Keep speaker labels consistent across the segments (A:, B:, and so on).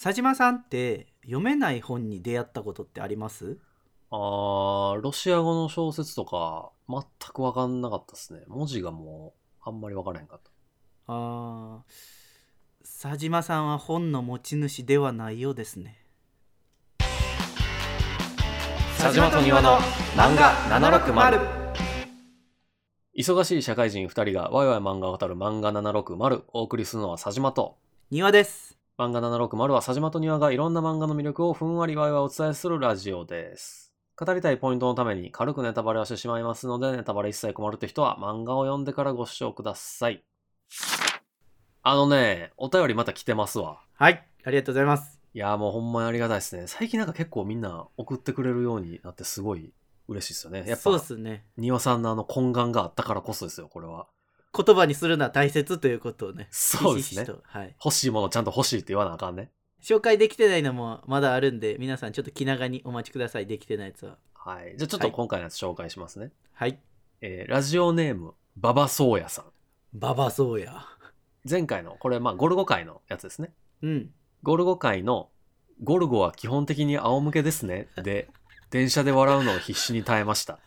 A: 佐島さんって読めない本に出会ったことってあります
B: あー、ロシア語の小説とか、全くわかんなかったですね。文字がもう、あんまりわからへんかった。
A: あー佐島さんは本の持ち主ではないようですね
B: 佐島と庭の漫画760忙しい社会人2人がワイワイ漫画を語る漫画760お送りするのは佐島と。
A: 庭です
B: 漫画760は佐島と庭がいろんな漫画の魅力をふんわりワイワイお伝えするラジオです。語りたいポイントのために軽くネタバレをしてしまいますので、ネタバレ一切困るって人は漫画を読んでからご視聴ください。あのね、お便りまた来てますわ。
A: はいありがとうございます
B: いやーもうほんまにありがたいですね。最近なんか結構みんな送ってくれるようになってすごい嬉しいですよね。やっ
A: そう
B: ぱ
A: で、すね
B: 庭さんのあの懇願があったからこそですよ、これは。
A: 言葉にするのは大切ということをね
B: そうです
A: ひしひ
B: ね
A: しとはい、
B: 欲しいものちゃんと欲しいって言わなあかんね。
A: 紹介できてないのもまだあるんで皆さんちょっと気長にお待ちくださいできてないやつは
B: はい。じゃあちょっと今回のやつ紹介しますね。
A: はい
B: えーラジオネーム、ババソーヤさん。
A: ババそうや
B: 前回の、これまあゴルゴ界のやつですね。
A: うん
B: ゴルゴ界の、ゴルゴは基本的に仰向けですね。で、電車で笑うのを必死に耐えました。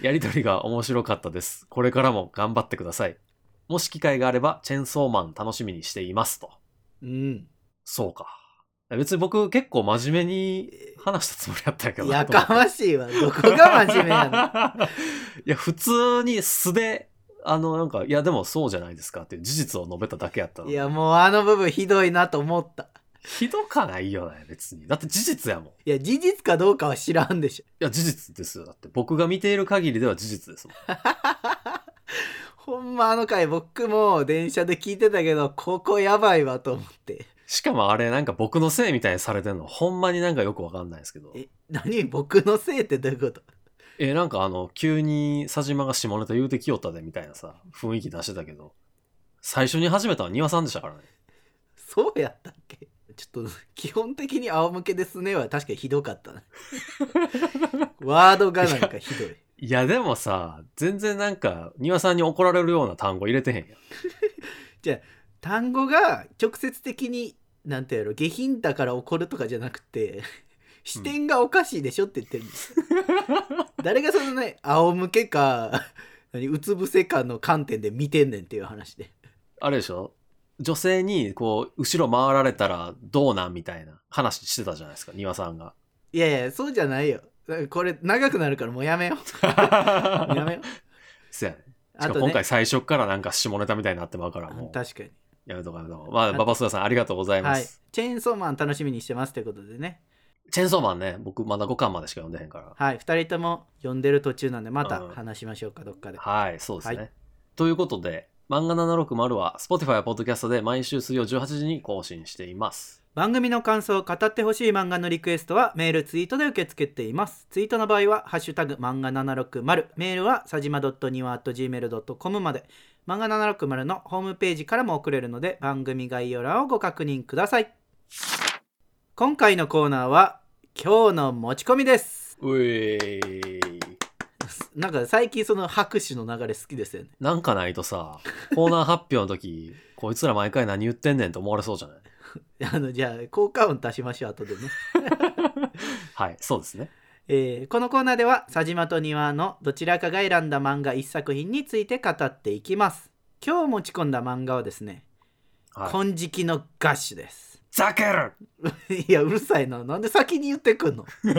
B: やりとりが面白かったです。これからも頑張ってください。もし機会があれば、チェンソーマン楽しみにしていますと。
A: うん
B: そうか。別に僕結構真面目に話したつもりだったんやけど
A: い
B: な
A: や
B: と思っ
A: か
B: て
A: ましいわどこが真面目やねん
B: いや、普通に素で、あの、なんか、いや、でもそうじゃないですかっていう事実を述べただけやった の。
A: いやもうあの部分ひどいなと思った
B: ひどかないよね、別に。だって事実やもん。い
A: いや事実かどうかは知らんでし ょ
B: や、事実ですよ。だって僕が見ている限りでは事実ですもん。
A: ほんまあの回僕も電車で聞いてたけどここやばいわと思って
B: しかもあれ、なんか僕のせいみたいにされてんの、ほんまになんかよくわかんないですけど。
A: え何僕のせいってどういうこと
B: え、なんかあの、急に佐島が下ネタ言うてきよったで、みたいなさ、雰囲気出してたけど、最初に始めたのは庭さんでしたからね。
A: そうやったっけちょっと基本的に仰向けですねは確かにひどか ったなワードがなんかひどい
B: いや、でもさ、全然なんか、庭さんに怒られるような単語入れてへんやん。
A: 単語が直接的になんてやろ下品だから怒るとかじゃなくて視点がおかしいでしょって言ってるんです、 誰がそのね仰向けか何うつ伏せかの観点で見てんねんっていう話で
B: あれでしょ女性に、こう、後ろ回られたらどうなんみたいな話してたじゃないですか、庭さんが。
A: いやいやそうじゃないよこれ長くなるからもうやめよ う やめよう
B: せやね。し
A: あ
B: かも
A: と
B: 今
A: ね
B: 回最初っからなんか下ネタみたいになってまうから、もう。
A: 確かに
B: やめとこうやめとこう。まあ、
A: と
B: ババスダさんありがとうございま
A: はい
B: す。
A: チェーンソーマン楽しみにしてますということでね
B: チェーンソーマンね、僕まだ5巻までしか読んでへんから。
A: はい2人とも呼んでる途中なんでまた
B: うん
A: 話しましょうかどっかで
B: はい、そうですね。
A: は
B: ということで、漫画760は Spotify や Podcast で毎週水曜18時に更新しています。
A: 番組の感想語ってほしい漫画のリクエストはメールツイートで受け付けていますツイートの場合は「ハッシュタグ漫画760」メールはさじま .niwa.gmail.com まで漫画760のホームページからも送れるので番組概要欄をご確認ください今回のコーナーは「今日の持ち込み」です
B: うえーい
A: なんか最近その拍手の流れ好きですよね
B: なんかないとさ、コーナー発表の時、 こいつら毎回何言ってんねんと思われそうじゃない
A: あのじゃあ効果音足しましょう後でね
B: はい、そうですね。
A: えーこのコーナーでは佐島と庭のどちらかが選んだ漫画一作品について語っていきます今日持ち込んだ漫画はですね「
B: はい、
A: 金色のガッシュ」です
B: ざける
A: いやうるさいななんで先に言ってくんの
B: い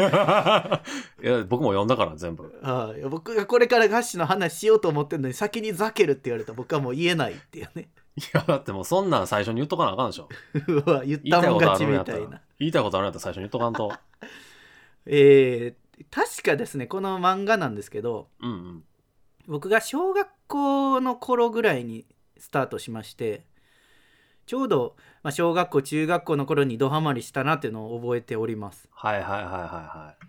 B: や僕も呼んだから全部。
A: ああいや僕がこれからガッシュの話しようと思ってるのに先にザケルって言われたら僕はもう言えないっていうね
B: いやだってもうそんなん最初に言っとかなあかんでしょ。
A: うわ言っ
B: 言い
A: た
B: たい
A: もん
B: ことあ
A: 勝ち
B: るん
A: み
B: やった
A: た
B: ら
A: いな。
B: 言いたいことあるんやったら最初に言っとかんと。
A: えー確かですねこの漫画なんですけど
B: うんうん。
A: 僕が小学校の頃ぐらいにスタートしましてちょうど、まあ、小学校中学校の頃にドハマりしたなっていうのを覚えております
B: はいはいはいはいはい。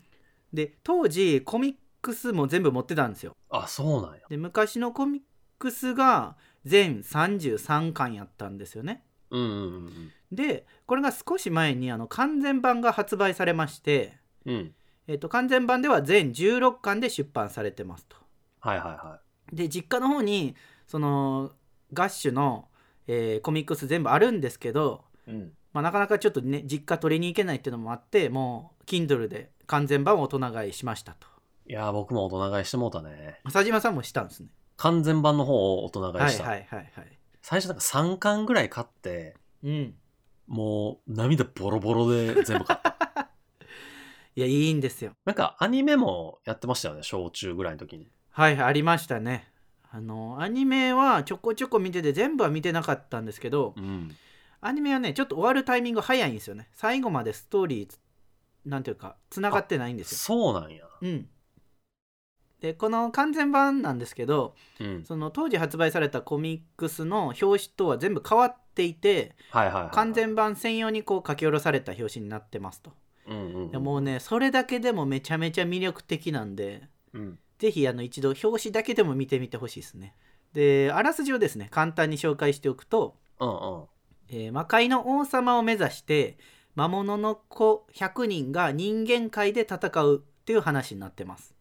A: で当時コミックスも全部持ってたんですよ
B: あ、そうなんや。
A: で昔のコミックスが全33巻やったんですよね
B: うんうんうん
A: でこれが少し前にあの完全版が発売されまして、
B: うん。うん。
A: えっと完全版では全16巻で出版されてますと
B: はいはいは
A: で実家の方にそのガッシュの、えーコミックス全部あるんですけど
B: うん。
A: まあ、なかなかちょっとね実家取りに行けないっていうのもあってもう Kindle で完全版を大人買いしましたと
B: いやー、僕も大人買いしてもうたね。
A: 佐島さんもしたんですね
B: 完全版の方を大人買
A: はいい
B: した。
A: はいはいはい
B: 最初なんか3巻ぐらい買って、
A: うん
B: もう涙ボロボロで全部買 った。
A: いやいいんですよ
B: なんかアニメもやってましたよね、小中ぐらいの時に。
A: はいはいありましたねあのアニメはちょこちょこ見てて全部は見てなかったんですけど
B: うん。
A: アニメはねちょっと終わるタイミング早いんですよね最後までストーリーつなんていうかつながってないんですよ
B: そうなんや。
A: うん、でこの完全版なんですけど
B: うん。
A: その当時発売されたコミックスの表紙とは全部変わっていて
B: はいはいはいはい。
A: 完全版専用にこう書き下ろされた表紙になってますと
B: うんうん
A: で
B: うん。
A: もうねそれだけでもめちゃめちゃ魅力的なんで
B: うん。
A: ぜひあの一度表紙だけでも見てみてほしいですねであらすじをですね簡単に紹介しておくと
B: うんうん。
A: えー魔界の王様を目指して魔物の子100人が人間界で戦うっていう話になってます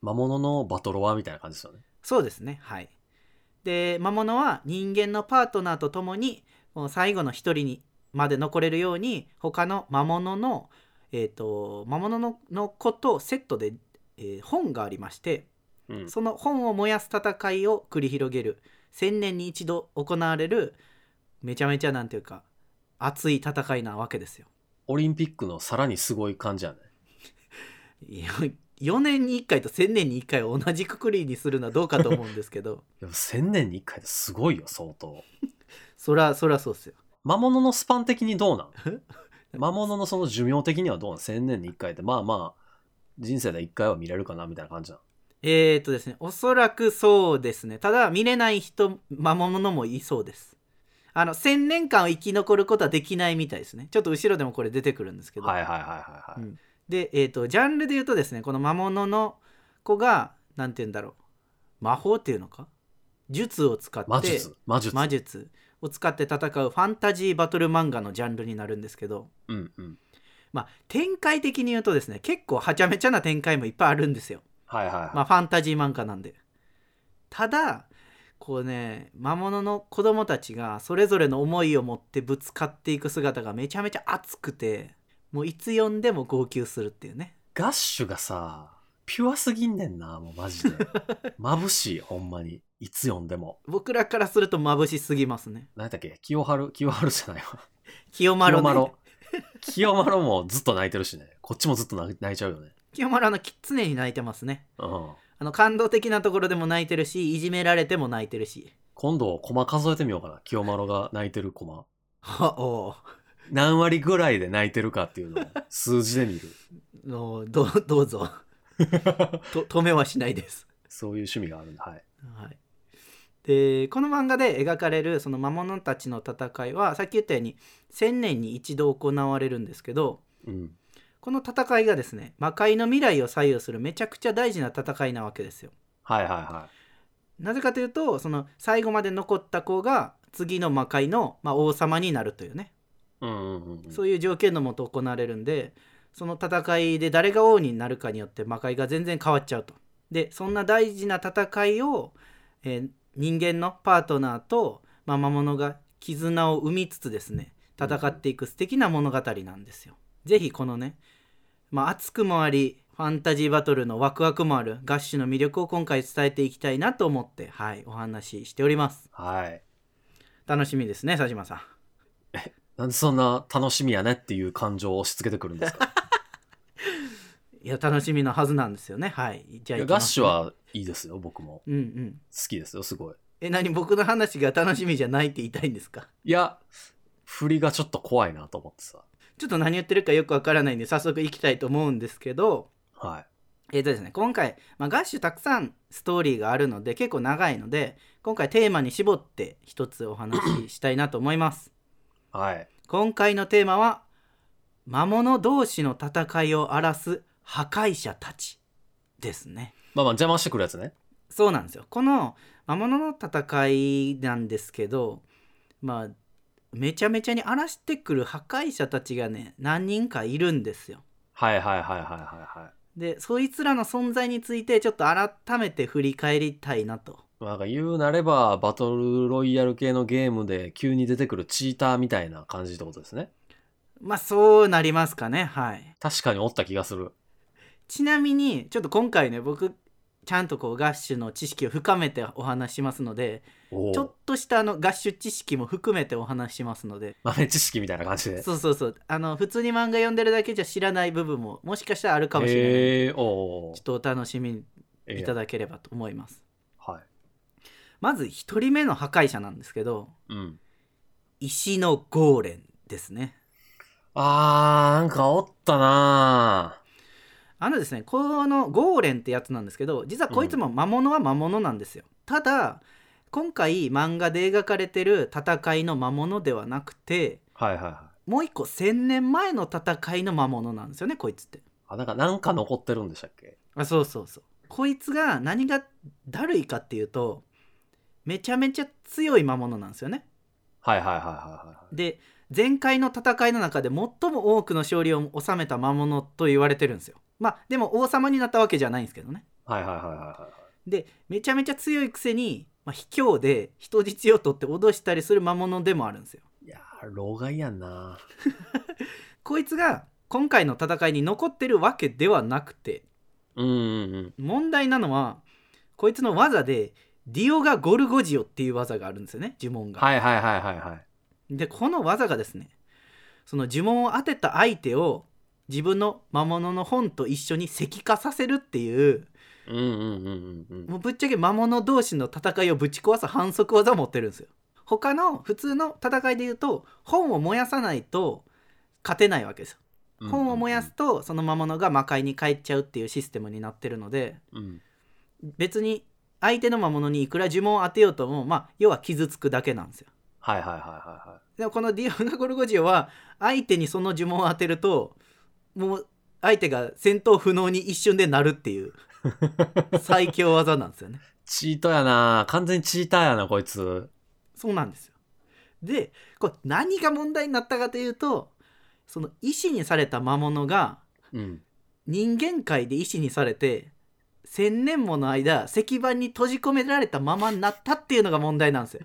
B: 魔物のバトロワみたいな感じですよね。
A: そうですねはいで魔物は人間のパートナーと共にもう最後の一人にまで残れるように他の魔物のえっ、と魔物のの子とセットで、えー本がありまして
B: うん。
A: その本を燃やす戦いを繰り広げる千年に一度行われるめちゃめちゃなんていうか熱い戦いなわけですよ。
B: オリンピックのさらにすごい感じやね。
A: 4年に1回と1000年に1回を同じくくりにするのはどうかと思うんですけど
B: いや、1000年に1回ってすごいよ、相当。
A: そらそらそうっすよ。
B: 魔物のスパン的にど うなん
A: え
B: 魔物のその寿命的にはどうなん ?1000 年に1回って、まあまあ、人生で1回は見れるかなみたいな感じな
A: えー、とですねおそらくそうですねただ見れない人魔物もいそうです。あの1000年間を生き残ることはできないみたいですねちょっと後ろでもこれ出てくるんですけ
B: の。
A: ど、
B: はいはいはいはいはい。
A: うんで、えー、とジャンルで言うとですねこの魔物の子がなんて言うんだろう魔法っていうのか術を使って
B: 魔術。魔術。
A: 魔術を使って戦うファンタジーバトル漫画のジャンルになるんですけど、
B: うんうん。
A: まあ、展開的に言うとですね結構はちゃめちゃな展開もいっぱいあるんですよ、
B: はいはいはい。
A: まあ、ファンタジー漫画なんでただこうね魔物の子供たちがそれぞれの思いを持ってぶつかっていく姿がめちゃめちゃ熱くてもういつ読んでも号泣するっていうね
B: ガッシュがさ、ピュアすぎんねんな、もう マジで。眩しい、ほんまに。いつ読んでも。
A: 僕らからすると眩しすぎますね。
B: 何やったっけ清春、清春じゃないわ。
A: 清丸
B: 清
A: ね。
B: 丸。清丸もずっと泣いてるしね。こっちもずっと泣泣いちゃうよね。
A: 清丸あのき常に泣いてますね。
B: うん。
A: あの感動的なところでも泣いてるし、いじめられても泣いてるし。
B: 今度、コマ数えてみようかな。清丸が泣いてるコマ。
A: はお
B: 何割ぐらいで泣いてるかっていうのを数字で見る。
A: うのどうどうぞ と止めはしないです。
B: そういう趣味があるんだ。はい。
A: はい、でこの漫画で描かれるその魔物たちの戦いはさっき言ったように1,000年に一度行われるんですけど
B: うん。
A: この戦いがですね魔界の未来を左右するめちゃくちゃ大事な戦いなわけですよ。
B: はいはいは
A: なぜかというとその最後まで残った子が次の魔界の、まあ、王様になるというね、
B: い。うんうんうんうん。
A: そういう条件のもと行われるんでその戦いで誰が王になるかによって魔界が全然変わっちゃうと。でそんな大事な戦いを、えー人間のパートナーと、まあ、魔物が絆を生みつつですね戦っていく素敵な物語なんですよ。ぜひこのね、まあ、熱くもありファンタジーバトルのワクワクもあるガッシュの魅力を今回伝えていきたいなと思って、はい、お話ししております。
B: はい。
A: 楽しみですね佐島さん。
B: なんでそんな楽しみやねっていう感情を押し付けてくるんですか
A: いや楽しみのはずなんですよね。はい。じゃあ
B: い
A: 行
B: や
A: きま
B: ガッ
A: す
B: シュはいいですよ、僕も。
A: うんうん。
B: 好きですよ、すごい。
A: え、何僕の話が楽しみじゃないって言いたいんですか
B: いや、振りがちょっと怖いなと思ってさ。
A: ちょっと何言ってるかよくわからないんで早速行きたいと思うんですけど、
B: はい。
A: えっ、とですね、今回、まあ、ガッシュたくさんストーリーがあるので結構長いので、今回テーマに絞って一つお話ししたいなと思います。
B: はい。
A: 今回のテーマは、魔物同士の戦いを荒らす破壊者たちですね。
B: まあまあ邪魔してくるやつね。
A: そうなんですよこの「魔物の戦い」なんですけどまあめちゃめちゃに荒らしてくる破壊者たちがね何人かいるんですよ。
B: はいはいはいはいはいはい。
A: でそいつらの存在についてちょっと改めて振り返りたいなと
B: なんか言うなれば、バトルロイヤル系のゲームで急に出てくるチーターみたいな感じってことですね。
A: まあそうなりますかねはい
B: 確かにおった気がする。
A: ちなみにちょっと今回ね僕ちゃんとこうガッシュの知識を深めてお話しますので
B: お
A: ちょっ
B: お。
A: としたあのガッシュ知識も含めてお話ししますので
B: 豆知識みたいな感じで。
A: そうそうそうあの普通に漫画読んでるだけじゃ知らない部分ももしかしたらあるかもしれない
B: えー、おお
A: ちょ。っとお楽しみ
B: ええ
A: いただければと思います
B: はい。
A: まず1人目の破壊者なんですけど
B: うん。
A: 石のゴーレンですね
B: あー、なんかおったな
A: あのですねこのゴーレンってやつなんですけど実はこいつも魔物は魔物なんですよ、ただ今回漫画で描かれてる戦いの魔物ではなくて
B: ー。はいはいはい。
A: もう一個1,000年前の戦いの魔物なんですよねこいつって
B: あ、なんか、なんか残ってるんでしたっけ
A: あそうそうそうこいつが何がだるいかっていうとめちゃめちゃ強い魔物なんですよね
B: はいはいはいはいはい。
A: で前回の戦いの中で最も多くの勝利を収めた魔物と言われてるんですよまあでも王様になったわけじゃないんですけどね
B: はいはいはいはいは
A: でめちゃめちゃ強いくせに、まあ、卑怯で人質を取って脅したりする魔物でもあるんですよ
B: い。いやー、老害やんな
A: こいつが今回の戦いに残ってるわけではなくて
B: うんうんうん。
A: 問題なのはこいつの技でディオガ・ゴルゴジオっていう技があるんですよね呪文が、
B: はいはいはいはいはい。
A: でこの技がですねその呪文を当てた相手を自分の魔物の本と一緒に石化させるっていう
B: うんうんうんうんうん。
A: もうぶっちゃけ魔物同士の戦いをぶち壊す反則技を持ってるんですよ他の普通の戦いで言うと本を燃やさないと勝てないわけですよ本を燃やす。とその魔物が魔界に帰っちゃうっていうシステムになってるので
B: うん。
A: 別に相手の魔物にいくら呪文を当てようともまあ要は傷つくだけなんですよ
B: はいはいはいはいはい。
A: でもこのディオナゴルゴジオは相手にその呪文を当てるともう相手が戦闘不能に一瞬でなるっていう最強技なんですよね
B: チートやな完全にチーターやな、こいつ。
A: そうなんですよでこれ何が問題になったかというとその石にされた魔物が
B: うん。
A: 人間界で石にされて千年もの間石板に閉じ込められたままになったっていうのが問題なんですよ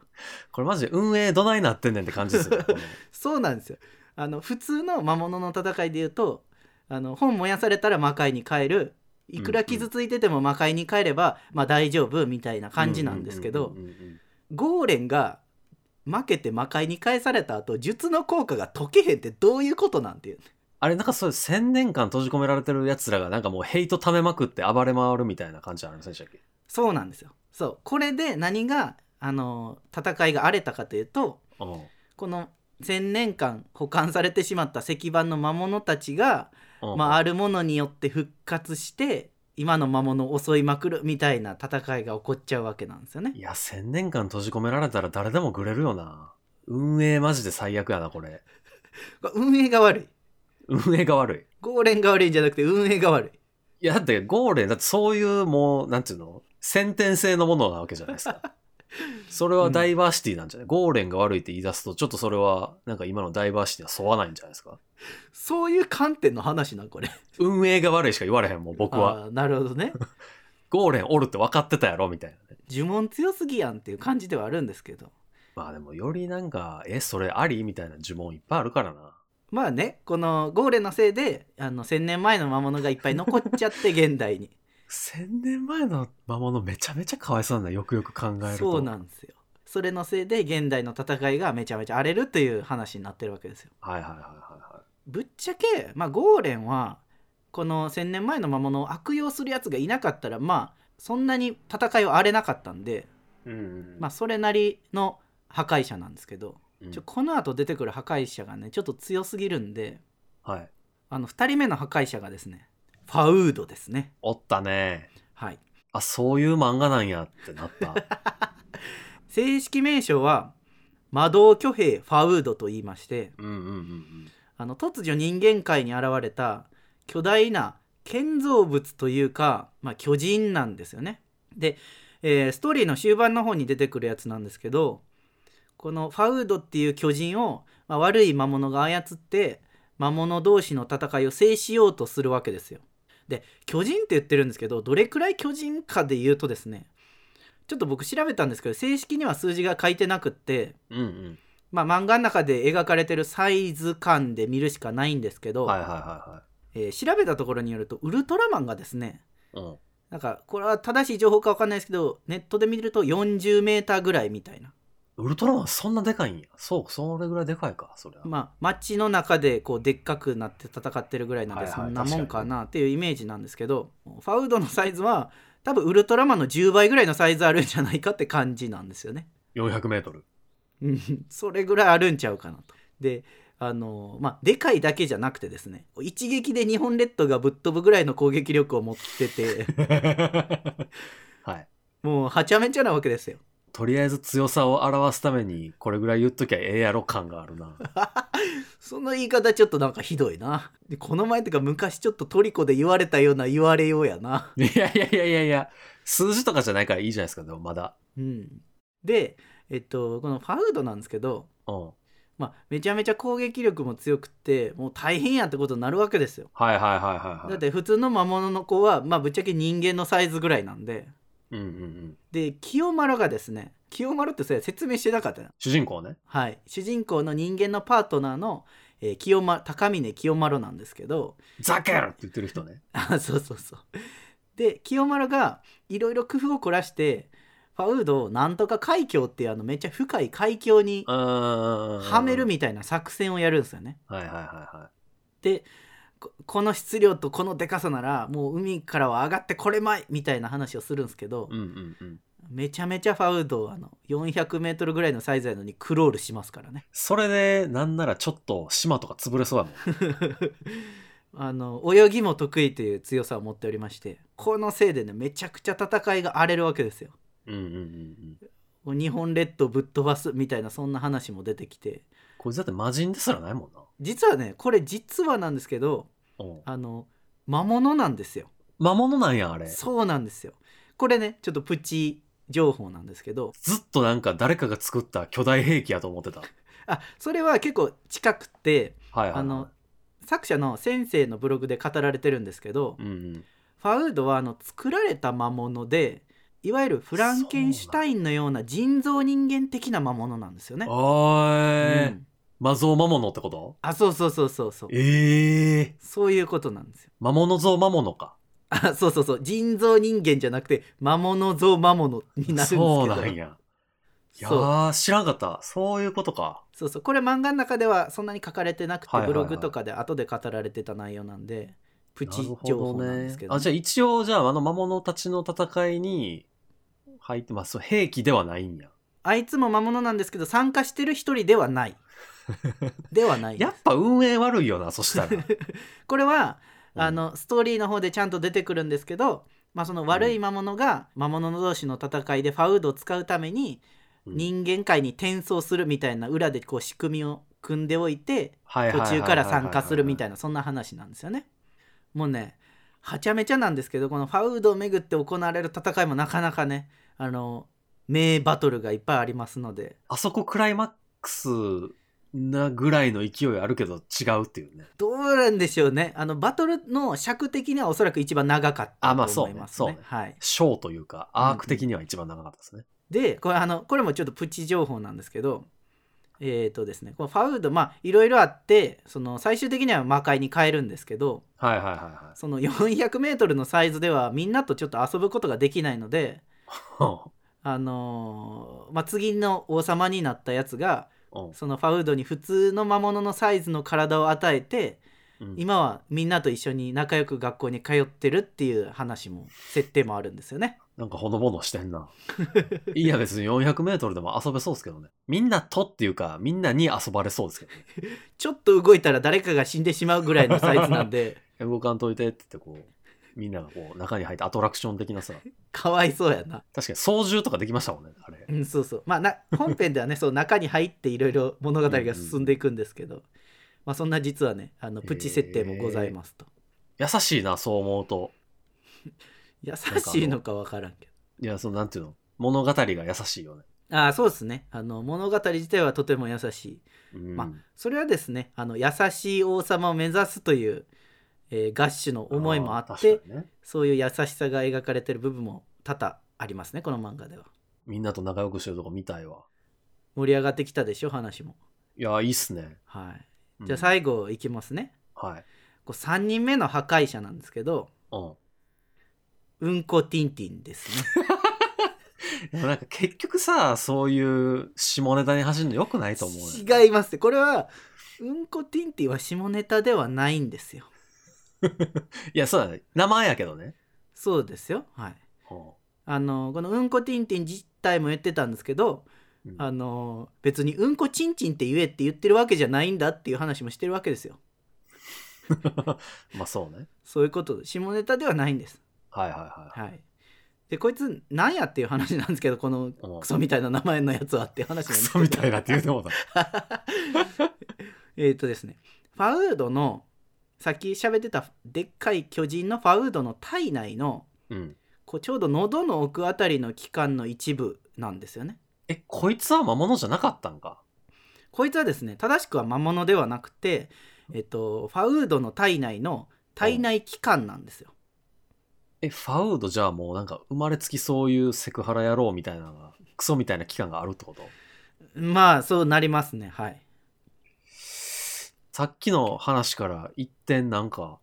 B: これマジで運営どないなってんねんって感じ ですよ。この
A: そうなんですよあの普通の魔物の戦いでいうとあの本燃やされたら魔界に帰るいくら傷ついてても魔界に帰れば、まあ、大丈夫みたいな感じなんですけど、
B: うんうんうんうん
A: ゴーレンが負けて魔界に返された後術の効果が解けへんってどういうことなんていう
B: あれ、なんかそういう1000年間閉じ込められてる奴らがなんかもうヘイト溜めまくって暴れ回るみたいな感じありませんでしたっけ
A: そうなんですよそうこれで何があの戦いが荒れたかというと
B: うん。
A: この1,000年間保管されてしまった石板の魔物たちが
B: うん
A: まあ、あるものによって復活して今の魔物を襲いまくるみたいな戦いが起こっちゃうわけなんですよね
B: いや、1000年間閉じ込められたら誰でもグレるよな。運営マジで最悪やな、これ。
A: 運営が悪い
B: 運営が悪
A: ゴーレンが悪いんじゃなくて運営が悪い
B: い。いや、だってゴーレン、だってそういうもう、なんていうの先天性のものなわけじゃないです か。それはダイバーシティなんじゃない、ゴーレンが悪いって言い出すと、ちょっとそれは、なんか今のダイバーシティは沿わないんじゃないですか。
A: そういう観点の話なんこれ
B: 運営が悪いしか言われへんもん、僕は。
A: あーなるほどね
B: ゴーレンおるって分かってたやろ、みたいなね。
A: 呪文強すぎやんっていう感じではあるんですけど
B: まあでも、よりなんか、え、それありみたいな呪文いっぱいあるからな。
A: まあねこのゴーレンのせいであの1,000年前の魔物がいっぱい残っちゃって現代に
B: 1000年前の魔物めちゃめちゃかわいそうなんだ、よくよく考えると。
A: そうなんですよそれのせいで現代の戦いがめちゃめちゃ荒れるという話になってるわけですよ
B: はいはいはいはいはい。
A: ぶっちゃけ、まあ、ゴーレンはこの1,000年前の魔物を悪用するやつがいなかったらまあそんなに戦いは荒れなかったんで、
B: うん
A: まあ、それなりの破壊者なんですけど、ちょこの後出てくる破壊者がねちょっと強すぎるんで
B: はい。
A: あの2人目の破壊者がですねファウードですね
B: おったね。
A: はい
B: あ、そういう漫画なんやってなった。
A: 正式名称は魔導巨兵ファウードと言いまして
B: うんうんうんうん。
A: あの突如人間界に現れた巨大な建造物というか、まあ、巨人なんですよね。で、えーストーリーの終盤の方に出てくるやつなんですけどこのファウードっていう巨人を、まあ、悪い魔物が操って魔物同士の戦いを制しようとするわけですよ。で巨人って言ってるんですけどどれくらい巨人かで言うとですねちょっと僕調べたんですけど正式には数字が書いてなくって、
B: うん
A: まあ、漫画の中で描かれてるサイズ感で見るしかないんですけ
B: う
A: ど、
B: ん。はいはいは
A: えー調べたところによるとウルトラマンがですね
B: いはい。
A: なんかこれは正しい情報か分かんないですけどネットで見ると40メーターぐらいみたいな、
B: うん。ウルトラマンそんなでかいんや。そう、それぐらいでかいか、そりゃ。
A: まあ、街の中でこうでっかくなって戦ってるぐらいなんで
B: はい
A: そ
B: はい
A: んなもんか
B: 確
A: なっていうイメージなんですけど、ファウドのサイズは多分ウルトラマンの10倍ぐらいのサイズあるんじゃないかって感じなんですよね。
B: 400メー トル。
A: うんそれぐらいあるんちゃうかなと。であのまあでかいだけじゃなくてですね一撃で日本列島がぶっ飛ぶぐらいの攻撃力を持って て
B: はい。
A: もうはちゃめちゃなわけですよ。
B: とりあえず強さを表すために、これぐらい言っときゃええやろ感があるな。
A: その言い方ちょっとなんかひどいな。でこの前とか昔ちょっとトリコで言われたような言われようやな。
B: いやいやいやいやいや、数字とかじゃないからいいじゃないですか、でもまだ。
A: うん、で、えっと、このファウドなんですけど、
B: うん。はい
A: まあ、めちゃめちゃ攻撃力も強くってもう大変やってことになるわけですよ。
B: はいはいはいはい。
A: だっ、て普通の魔物の子は、まあ、ぶっちゃけ人間のサイズぐらいなんで。
B: うんうんうん。
A: で清丸がですね清丸ってそれ説明してなかったな
B: 主人公ね。
A: はい主人公の人間のパートナーの、えー清丸高峰清丸なんですけど
B: ザケルって言ってる人ね。
A: あそうそうそうで清丸がいろいろ工夫を凝らしてファウードをなんとか海峡っていうあのめっちゃ深い海峡に
B: うんうんうん。
A: はめるみたいな作戦をやるんですよね
B: はいはいはいはい。
A: でここの質量とこのでかさならもう海からは上がってこれまいみたいな話をするんですけど、
B: うんうんうん。
A: めちゃめちゃファウードはあの 400m ぐらいのサイズやのにクロールしますからね
B: それで、なんならちょっと島とか潰れそうやもん。
A: あの泳ぎも得意という強さを持っておりましてこのせいでねめちゃくちゃ戦いが荒れるわけですよ
B: うんうんうんうん。
A: 日本列島ぶっ飛ばすみたいなそんな話も出てきて
B: これだって魔人ですらないもんな。
A: 実はねこれ実はなんですけど
B: うん。
A: あの魔物なんですよ
B: 魔物なんや、あれ。ず
A: そうなんですよこれねちょっとプチ情報なんですけど
B: っとなんか誰かが作った巨大兵器やと思ってた。はい
A: あそれは結構近くて
B: はい、はい。
A: あの、作者の先生のブログで語られてるんですけど、
B: うんうん。
A: ファウードはあの作られた魔物でいわゆるフランケンシュタインのような人造人間的な魔物なんですよね。
B: お
A: う
B: ーい、
A: ん、
B: 魔像魔物ってこと
A: あそうそうそうそうそう
B: ええ
A: そういうことなんですよ。
B: 魔物像魔物か。
A: あそうそうそう人造人間じゃなくて魔物像魔物になるんですけど
B: そうなんや。いや
A: そう
B: ー、知らんかった。そういうことか。
A: そうそうこれ漫画の中ではそんなに書かれてなくて、
B: はいはいはい
A: ブログとかで後で語られてた内容なんでプ
B: なる
A: チ
B: ほど
A: 情報なんですけど,、
B: あ、じゃあ一応、じゃああの魔物たちの戦いに入ってます。兵器ではないんや。
A: あいつも魔物なんですけど参加してる一人では ないではないです
B: やっぱ運営悪いよな、そしたら。
A: これは
B: うん
A: あのストーリーの方でちゃんと出てくるんですけど、まあ、その悪い魔物が魔物同士の戦いでファウードを使うために
B: うん
A: 人間界に転送するみたいな裏でこう仕組みを組んでおいて
B: 途
A: 途中から参加するみた
B: い
A: いなそんな話なんですよね。もうねはちゃめちゃなんですけどこのファウードをめぐって行われる戦いもなかなかねあの名バトルがいっぱいありますので
B: な。あそこクライマックスなぐらいの勢いあるけど違うっていうね。
A: どうなんでしょうねあのバトルの尺的にはおそらく一番長かった
B: あまあ
A: と思います
B: そうね
A: ね
B: そうね。
A: はい
B: ショーというか、アーク的には一番長かったですね。
A: でこれあのこれもちょっとプチ情報なんですけどえっ、とですねこのファウードまあいろいろあってその最終的には魔界に変えるんですけど
B: はいはいはいは
A: その 400m のサイズではみんなとちょっと遊ぶことができないので、
B: い。
A: あのーまあ、次の王様になったやつが
B: うん
A: そのファウードに普通の魔物のサイズの体を与えて
B: うん
A: 今はみんなと一緒に仲良く学校に通ってるっていう話も設定もあるんですよね。
B: なんかほのぼのして んな。いや別に400メートルでも遊べそうですけどね。みんなとっていうか、みんなに遊ばれそうですけどね。
A: ちょっと動いたら誰かが死んでしまうぐらいのサイズなんで。
B: 動かんといてって言ってこう、みんながこう中に入ってアトラクション的なさ。
A: かわいそうやな。
B: 確かに操縦とかできましたもんね、あれ
A: う。ん、そうそう。まあな、本編ではね、そう中に入っていろいろ物語が進んでいくんですけど、まあそんな実はね、あのプチ設定もございますと。
B: 優しいな、そう思うと。
A: 優しいのかわからんけ
B: いや、そのなんていうの、物語が優しいよね。
A: ど。ああ、そうですね。あの物語自体はとても優しい。
B: うん
A: まそれはですね、あの優しい王様を目指すという、えー、ガッシュの思いもあっ
B: ー
A: て
B: 確、かにね
A: そういう優しさが描かれてる部分も多々ありますね、この漫画では。
B: みんなと仲良くしてるとこ見たいわ。
A: 盛り上がってきたでしょ話も
B: いや、いいっすね。
A: はい
B: うん
A: じゃあ最後いきますね、
B: はい。
A: こう3人目の破壊者なんですけど
B: うん。
A: うんこティンティンです ね
B: でもなんか結局さ、そういう下ネタに走るの良くないと思うよ。
A: 違いますこれはうんこティンティンは下ネタではないんですよ
B: いや、そうだね。名前やけどね。
A: そうですよはい
B: うん
A: あのこのうんこティンティン自体も言ってたんですけど、
B: うん
A: あの別にうんこちんちんって言えって言ってるわけじゃないんだっていう話もしてるわけですよ
B: まあそうね。
A: そういうこと下ネタではないんです
B: はいはいは
A: はいでこいつなんやっていう話なんですけどこの
B: い。うん
A: クソみたいな名前のやつはっていう話なん
B: ク
A: ですけ
B: ソ
A: ど
B: みたいなって言うてもうた。
A: えっとですねファウードのさっき喋ってたでっかい巨人のファウードの体内の
B: うん。
A: こうちょうど喉の奥あたりの器官の一部なんですよね
B: え、こいつは魔物じゃなかったんか
A: こいつはですね正しくは魔物ではなくて、えっと、ファウードの体内の体内器官なんですよ。
B: え、ファウードじゃあもうなんか生まれつきそういうセクハラ野郎みたいなのが、クソみたいな期間があるってこと
A: まあそうなりますねはい。
B: さっきの話から一点なんか、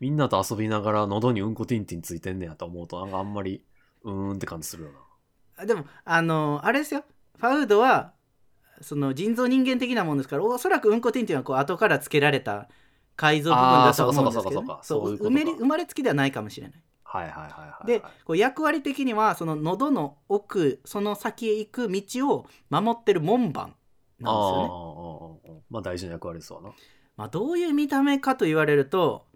B: みんなと遊びながら喉にうんこティンティンついてんねやと思うと、なんかあんまり、うーんって感じするよな。
A: あでもあのあれですよファウードはその人造人間的なもんですからおそらくうんこティンティンはこう後からつけられた改造部分だとは思うんですけどね
B: あーそ
A: そう
B: かそうかそうかそういうこと
A: う
B: か
A: 埋めり生まれつきではないかもしれない。
B: はいはいはいはい。
A: でこう役割的にはその喉の奥その先へ行く道を守ってる門番
B: あ
A: なんですよね。
B: あああああまあ大事な役割ですわな。
A: まあ、どういう見た目かと言われると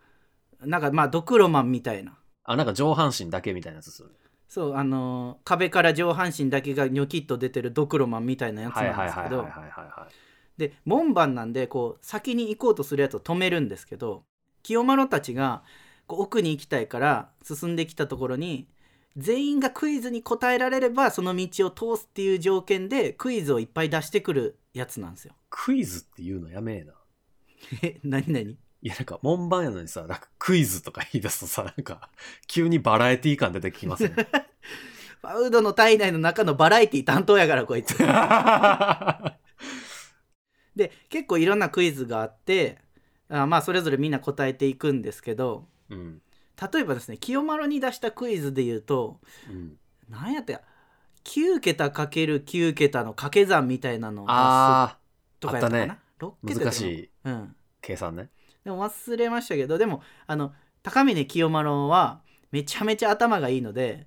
A: なんかまあドクロマンみたいな
B: あ、なんか上半身だけみたいなやつする。
A: そうあのー壁から上半身だけがニョキッと出てるドクロマンみたいなやつ
B: はい
A: な
B: は
A: ん
B: い
A: です
B: はい
A: け
B: はいはい
A: ど
B: はいはい。
A: で門番なんでこう先に行こうとするやつを止めるんですけど清丸たちがこう奥に行きたいから進んできたところに全員がクイズに答えられればその道を通すっていう条件でクイズをいっぱい出してくるやつなんですよ。
B: クイズっていうのやめえな。
A: え何何
B: いやなんか門番やのにさ、なんかクイズとか言い出すとさ、なんか急にバラエティ感出てき ますね。
A: ファウドの体内の中のバラエティ担当やからこいつ。 で結構いろんなクイズがあってあまあそれぞれみんな答えていくんですけど
B: うん。
A: 例えばですね清丸に出したクイズで言うと
B: うん。
A: 何やったや9桁 ×9 桁の掛け算みたいなのを出す
B: あ
A: とかやったか
B: あった
A: な、六
B: あ、
A: 6桁
B: 難し
A: い、
B: い
A: うん、
B: 計算ね。
A: でも忘れましたけどでもあの高峰清丸はめちゃめちゃ頭がいいので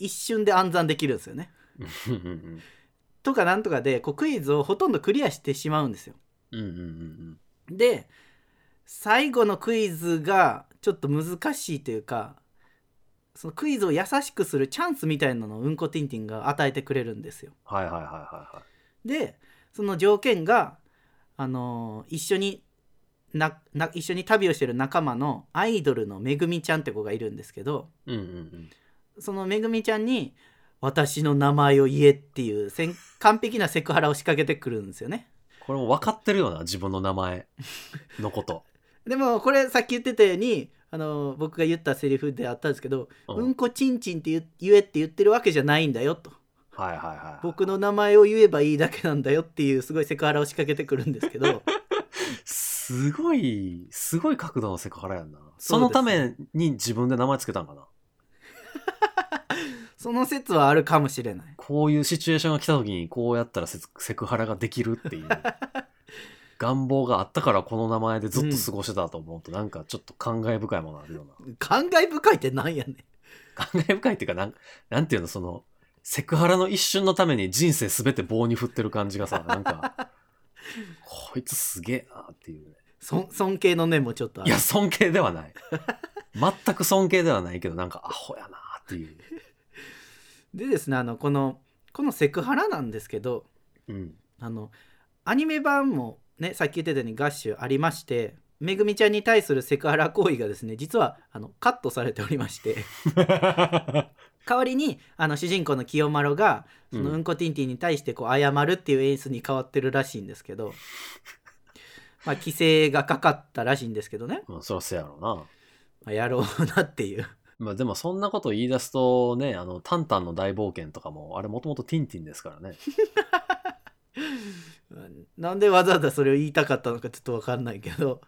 A: 一瞬で暗算できるんですよね。
B: うんうん
A: とかなんとかでこうクイズをほとんどクリアしてしまうんですよ。
B: うん。うんうんうん
A: で最後のクイズがちょっと難しいというかそのクイズを優しくするチャンスみたいなのをうんこティンティンが与えてくれるんですよ。
B: はいはいはいはいはい。
A: でその条件が、あのー一緒になな一緒に旅をしてる仲間のアイドルのめぐみちゃんって子がいるんですけど
B: うんうんうん。
A: そのめぐみちゃんに「私の名前を言え」っていうせん完璧なセクハラを仕掛けてくるんですよね。
B: これも分かってるよな、自分の名前の こと。
A: でもこれさっき言ってたようにあの僕が言ったセリフであったんですけど「
B: う
A: うんん、こちんちんって言言え」って言ってるわけじゃないんだよと
B: はいはいはい。
A: 僕の名前を言えばいいだけなんだよっていうすごいセクハラを仕掛けてくるんですけ ど
B: すごい、すごい角度のセクハラやんな。
A: すね
B: そのために自分で名前つけたんかな。
A: その説はあるかもしれない
B: こういうシチュエーションが来た時にこうやったらセセクハラができるって いう願望があったからこの名前でずっと過ごしてたと思うと、なんかちょっと感慨深いものあるよな。
A: 感慨深いってなんやねん
B: 感慨深いっていうか、なんなんていうの、その、セクハラの一瞬のために人生すべて棒に振ってる感じがさ、なんか、こいつすげえなっていうね。
A: そ尊敬の念もちょっとあ
B: い
A: る
B: や、尊敬ではない。全く尊敬ではないけど、なんかアホやなっていう。
A: でですねあのこのこのセクハラなんですけど
B: うん。
A: あのアニメ版もねさっき言ってたようにガッシュありましてめぐみちゃんに対するセクハラ行為がですね実はあのカットされておりま して代わりにあの主人公の清丸がその
B: うん
A: うんこティンティンに対してこう謝るっていう演出に変わってるらしいんですけ ど、まあ規制がかかったらしいんですけどね、
B: うん、そらせやろうな。
A: まあやろうなっていう
B: まあでもそんなこと言い出すとね、あの、タンタンの大冒険とかも、あれもともとティンティンですからね。
A: うんなんでわざわざそれを言いたかったのかちょっとわかんないけど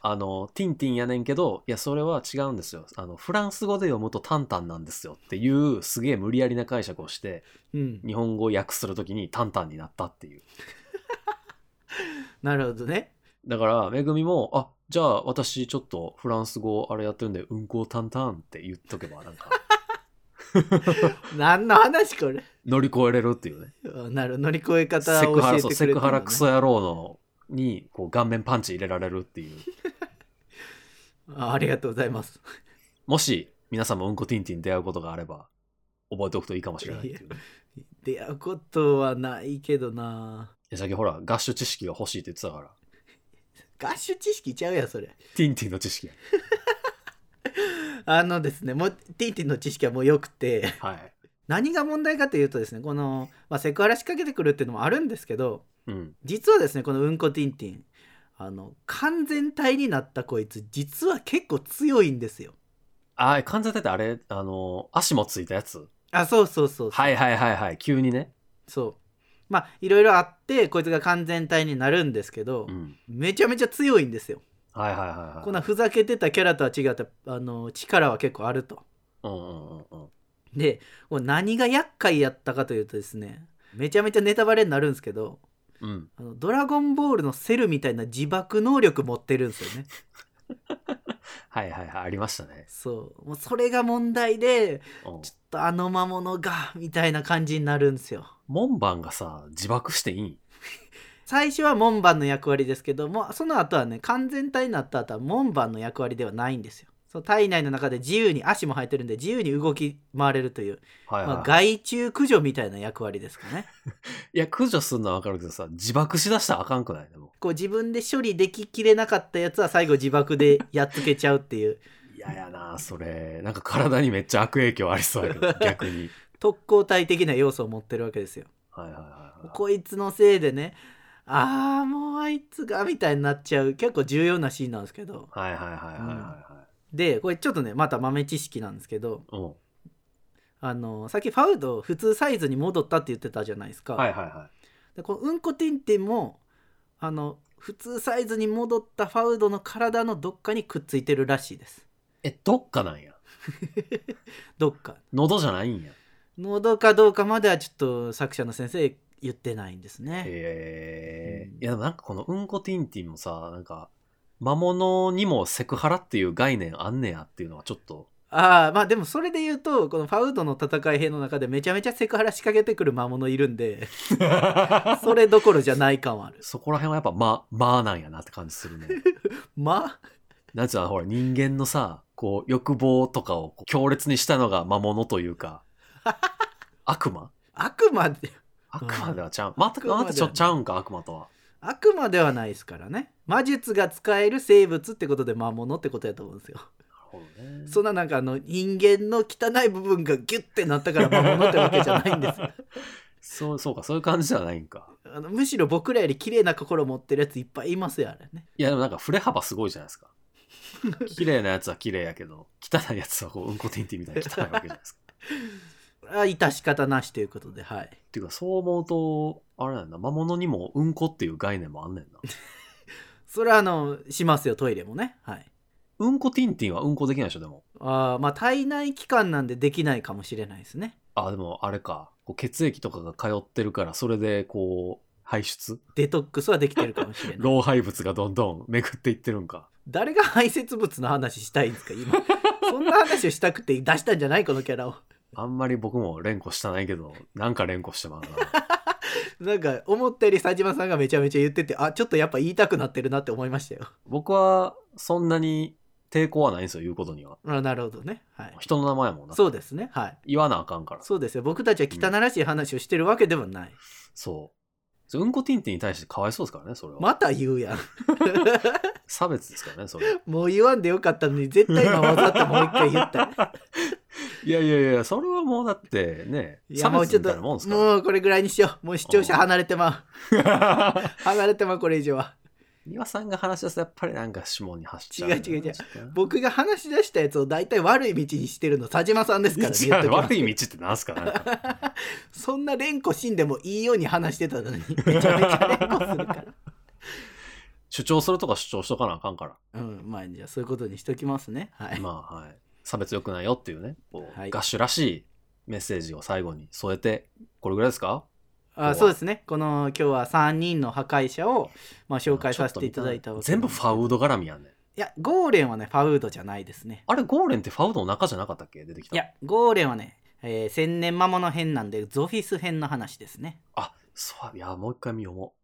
B: あの、ティンティンやねんけど、いや、それは違うんですよ。あの、フランス語で読むとタンタンなんですよっていう、すげえ無理やりな解釈をして、
A: うん
B: 日本語を訳するときにタンタンになったっていう。
A: なるほどね
B: だから、めぐみも、あ、じゃあ私ちょっとフランス語あれやってるんで、うんこをタンタンって言っとけ ば、なんか、
A: 何の話これ
B: 乗り越えれるっていうね。
A: うんなる乗り越え
B: セ
A: 方を
B: クハ
A: 教
B: ラ、
A: え
B: そう
A: てく
B: セ
A: れて
B: ク
A: るの
B: ハラ
A: ね
B: クソ野郎の、に、こう、顔面パンチ入れられるっていう。
A: あありがとうございます
B: もし、皆さんもうんこティンティンに出会うことがあれば、覚えておくといいかもしれないっていうね。
A: 出会うことはないけどない
B: や、さっきほら、ガッシュ知識が欲しいって言ってたから、
A: ガッシュ知識ちゃうやんそれ
B: ティンティンの知識。
A: あのですねもうティンティンの知識はもうよくて
B: はい。
A: 何が問題かというとですねこの、まあ、セクハラ仕掛けてくるっていうのもあるんですけど
B: うん。
A: 実はですねこのうんこティンティンあの完全体になったこいつ実は結構強いんですよ
B: あ、関西体ってあれ、あの、足もついたやつ
A: あそうそうそうそう、
B: はいはいはいはい、急にね。
A: そうまあいろいろあってこいつが完全体になるんですけど、
B: うん。
A: めちゃめちゃ強いんですよ
B: はいはいはいはい。
A: こんなふざけてたキャラとは違ってあの力は結構あると
B: うんうんうんうん。
A: でこれ何が厄介やったかというとですねめちゃめちゃネタバレになるんですけど
B: うん。
A: あのドラゴンボールのセルみたいな自爆能力持ってるんですよね
B: はいはいはい、ありましたね。
A: そうもうそれが問題で
B: うん
A: ちょっとあの魔物がみたいな感じになるんですよ
B: 門番がさ、自爆していいん
A: 最初は門番の役割ですけどもその後はね完全体になった後は門番の役割ではないんですよそう体内の中で自由に足も生えてるんで自由に動き回れるという、
B: はいはい、
A: まあ、
B: はい
A: 害虫駆除みたいな役割ですかね
B: いや、駆除するのはわかるけどさ、自爆しだしたらあかんくないでも
A: こう自分で処理でききれなかったやつは最後自爆でやっつけちゃうっていう
B: う。いややな、それ。なんか体にめっちゃ悪影響ありそうやけど、 逆に。
A: 特攻隊的な要素を持ってるわけですよ
B: はいはいはいはい。
A: こいつのせいでねああもうあいつがみたいになっちゃう結構重要なシーンなんですけど
B: はいはいはいはいは
A: でこれちょっとねまた豆知識なんですけど
B: いはい。うん。
A: あのさっきファウド普通サイズに戻ったって言ってたじゃないですか、
B: はいはいは
A: でこのうんこティンティンもあの普通サイズに戻ったファウドの体のどっかにくっついてるらしいです
B: い。え、どっかなんや。
A: どっか
B: 喉じゃないんや。
A: 喉かどうかまではちょっと作者の先生言ってないんですね
B: へえ
A: うん
B: いやでもなんかこのうんこティンティンもさなんか魔物にもセクハラっていう概念あんねやっていうのはちょっ と
A: ああまあでもそれで言うとこのファウドの戦い編の中でめちゃめちゃセクハラ仕掛けてくる魔物いるん でそれどころじゃない感はある
B: そこら辺はやっぱままあなんやなって感じす るね
A: まあ
B: なんつうのほら人間のさこう欲望とかをこう強烈にしたのが魔物とい うか悪魔
A: 悪魔で
B: 悪魔ではちゃう、また
A: 悪魔では
B: またちょちゃうんか悪魔とは
A: 悪魔ではないですからね魔術が使える生物ってことで魔物ってことやと思うんですよ
B: なるほどね
A: そんななんかあの人間の汚い部分がギュッてなったから魔物ってわけじゃないん ですよ
B: そうそうかそういう感じじゃないんか
A: あのむしろ僕らより綺麗な心持ってるやついっぱいいますよあれね
B: いやでもなんか触れ幅すごいじゃな いですか。綺麗なやつは綺麗やけど、汚いやつはこううんこてんてん みたいに汚いわけじゃないですか。
A: あ致し方なしということではい
B: っていうかそう思うと、あれなんだ、魔物にもうんこっていう概念もあんねんな。
A: それはあのしますよトイレもねはい
B: うんこてんてんはうんこできないでしょ、でも。
A: あーまあ体内期間なんでできないかもしれないですね
B: あ、でもあれか。こう血液とかが通ってるから、それでこう、排出
A: デトックスはできてるかもし れない
B: 老廃物がどんどんめくっていってるんか。
A: 誰が排泄物の話したいんですか今 そんな話をしたくて出したんじゃないこのキャラを
B: あんまり僕も連呼してないけど、なんか連呼してまう な。
A: なんか思ったより佐島さんがめちゃめちゃ言っててあちょっとやっぱ言いたくなってるなって思いましたよ
B: 僕はそんなに抵抗はないんですよ、言うことには。
A: あなるほどねはい
B: 人の名前やもんな。
A: そうですねはい
B: 言わなあかんから。
A: そうですよ僕たちは汚らしい話をしてるわけではない、
B: そう。それうんこティンティンに対してかわいそうですからね、それは。
A: また言うやん
B: 差別ですからね、それ。
A: もう言わんでよかったのに絶対今わざともう一回言った
B: いやいやいや、それはもうだってね、
A: い
B: 差
A: やもうち
B: 別
A: ょっ
B: みたい
A: と
B: なもんです か
A: もうこれぐらいにしようもう視聴者離れてまう
B: ら。
A: 離れてまうこれ以上は
B: 庭さんが話し出すとやっぱりなんか下に走っちゃう。
A: 違う違う違う。僕が話し出したやつを大体悪い道にしてるの佐島さんですからね言
B: い
A: っ
B: や
A: ときます
B: 悪い道ってなんすかなんか
A: そんな連呼しんでもいいように話してたのにめちゃめちゃ連呼する から
B: 主張するとか主張しとかなあかんから。
A: うんまあじゃあそういうことにしときますねはい、
B: まあはい。差別良くないよっていうね、こう
A: はい
B: ガッシュらしいメッセージを最後に添えて、これぐらいですか
A: あそうですねこの今日は3人の破壊者を、まあ、紹介
B: ち
A: さ
B: ょっ
A: せ
B: と
A: てい
B: 見
A: ただいたわけ
B: 全部ファウード絡みやねん。
A: いやゴーレンはねファウードじゃないですね
B: あれ、ゴーレンってファウードの中じゃなかったっけ出てき
A: い
B: た。
A: やゴーレンはね、えー千年魔物編なんでゾフィス編の話ですね
B: あ、そう、いや、もう一回見ようも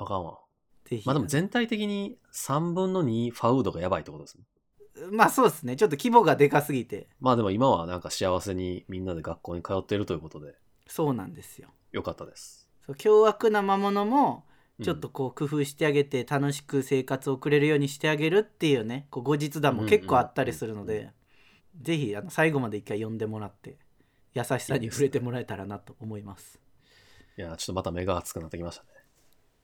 B: う。あかんわ。
A: ぜひ
B: まあでも全体的に3分の2ファウードがやばいってことですね。
A: まあそうですねちょっと規模がでかすぎて
B: まあでも今はなんか幸せにみんなで学校に通っているということで、
A: そうなんですよ
B: よかったです。
A: そう凶悪な魔物も
B: うん
A: ちょっとこう工夫してあげて楽しく生活を送れるようにしてあげるっていうねこう後日談も結構あったりするの
B: うんうんう
A: でぜひあの最後まで一回読んでもらって優しさに触れてもらえたらなと思います
B: いや、ちょっとまた目が熱くなってきましたね。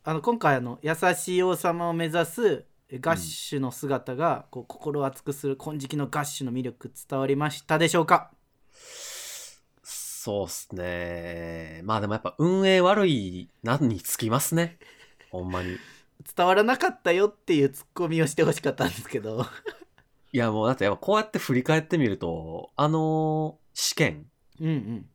A: あの今回あの優しい王様を目指すガッシュの姿がこう心を熱くする金色のガッシュの魅力伝わりましたでしょうか
B: そうっすね。まあでもやっぱ運営悪いなにつきますね。ほんまに。
A: 伝わらなかったよっていうツッコミをしてほしかったんですけど
B: いやもうだってやっぱこうやって振り返ってみると、あの試験、
A: うんうん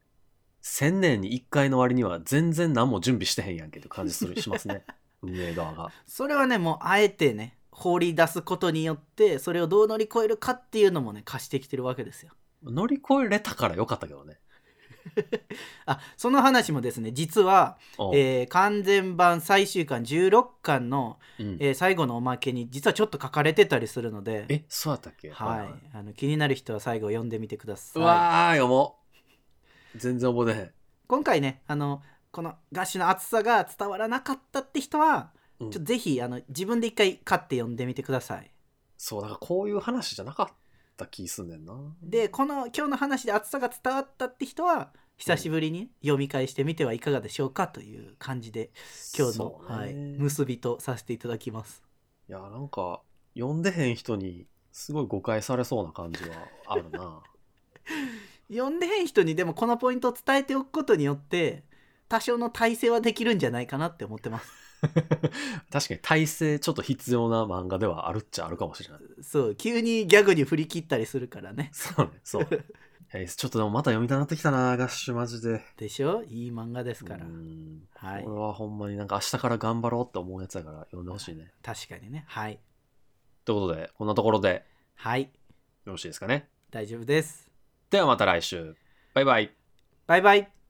B: 1000年に1回の割には全然何も準備してへんやんけって感じする、します ね。運営側が。
A: それはねもうあえてね放り出すことによってそれをどう乗り越えるかっていうのもね貸してきてるわけですよ
B: 乗り越えれたからよかったけどね。
A: あその話もですね実は、
B: おう
A: えー完全版最終巻16巻の、
B: うん
A: えー最後のおまけに実はちょっと書かれてたりするので
B: え、そうだったっけ
A: はい、あの気になる人は最後読んでみてくださ
B: う
A: い
B: わー、読もう。全然覚えてへん。
A: 今回ねあのこのガッシュの厚さが伝わらなかったって人は、
B: うん
A: ちょっとぜひあの自分で一回買って読んでみてください
B: そう、だからこういう話じゃなかった気すんねんな。
A: でこの今日の話で厚さが伝わったって人は久しぶりに読み返してみてはいかがでしょうかという感じで今日の、
B: そうね
A: はい、
B: い
A: 結びとさせていただきます
B: や、なんか、読んでへん人に、すごい誤解されそうな感じはあ るな。
A: 読んでへん人にでもこのポイントを伝えておくことによって多少の体制はできるんじゃないかなって思ってます
B: 確かに体制ちょっと必要な漫画ではあるっちゃあるかもしれない。
A: そう急にギャグに振り切ったりするからね
B: そうね、 そう。えーちょっとでもまた読みたなってきたな、ガッシュマジで。
A: でしょいい漫画ですから、
B: うん
A: はい
B: これはほんまになんか明日から頑張ろうって思うやつだから読んでほしいね。
A: 確かにねはい
B: ということで、こんなところでよ
A: はい
B: ろしいですかね。
A: 大丈夫です
B: ではまた来週。バイバイ。
A: バイバイ